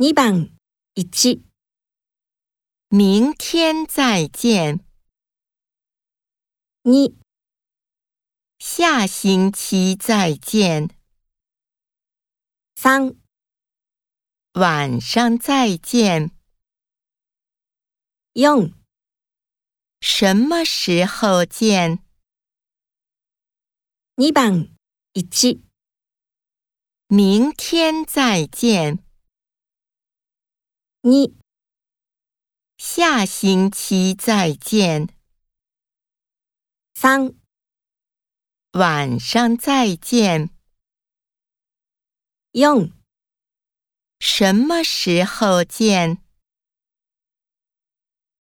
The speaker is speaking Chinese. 2番1、明天再见， 2、下星期再见， 3、晚上再见， 4、什么时候见？ 2番1、明天再见， 2、下星期再见， 3、晚上再见， 4什么时候见？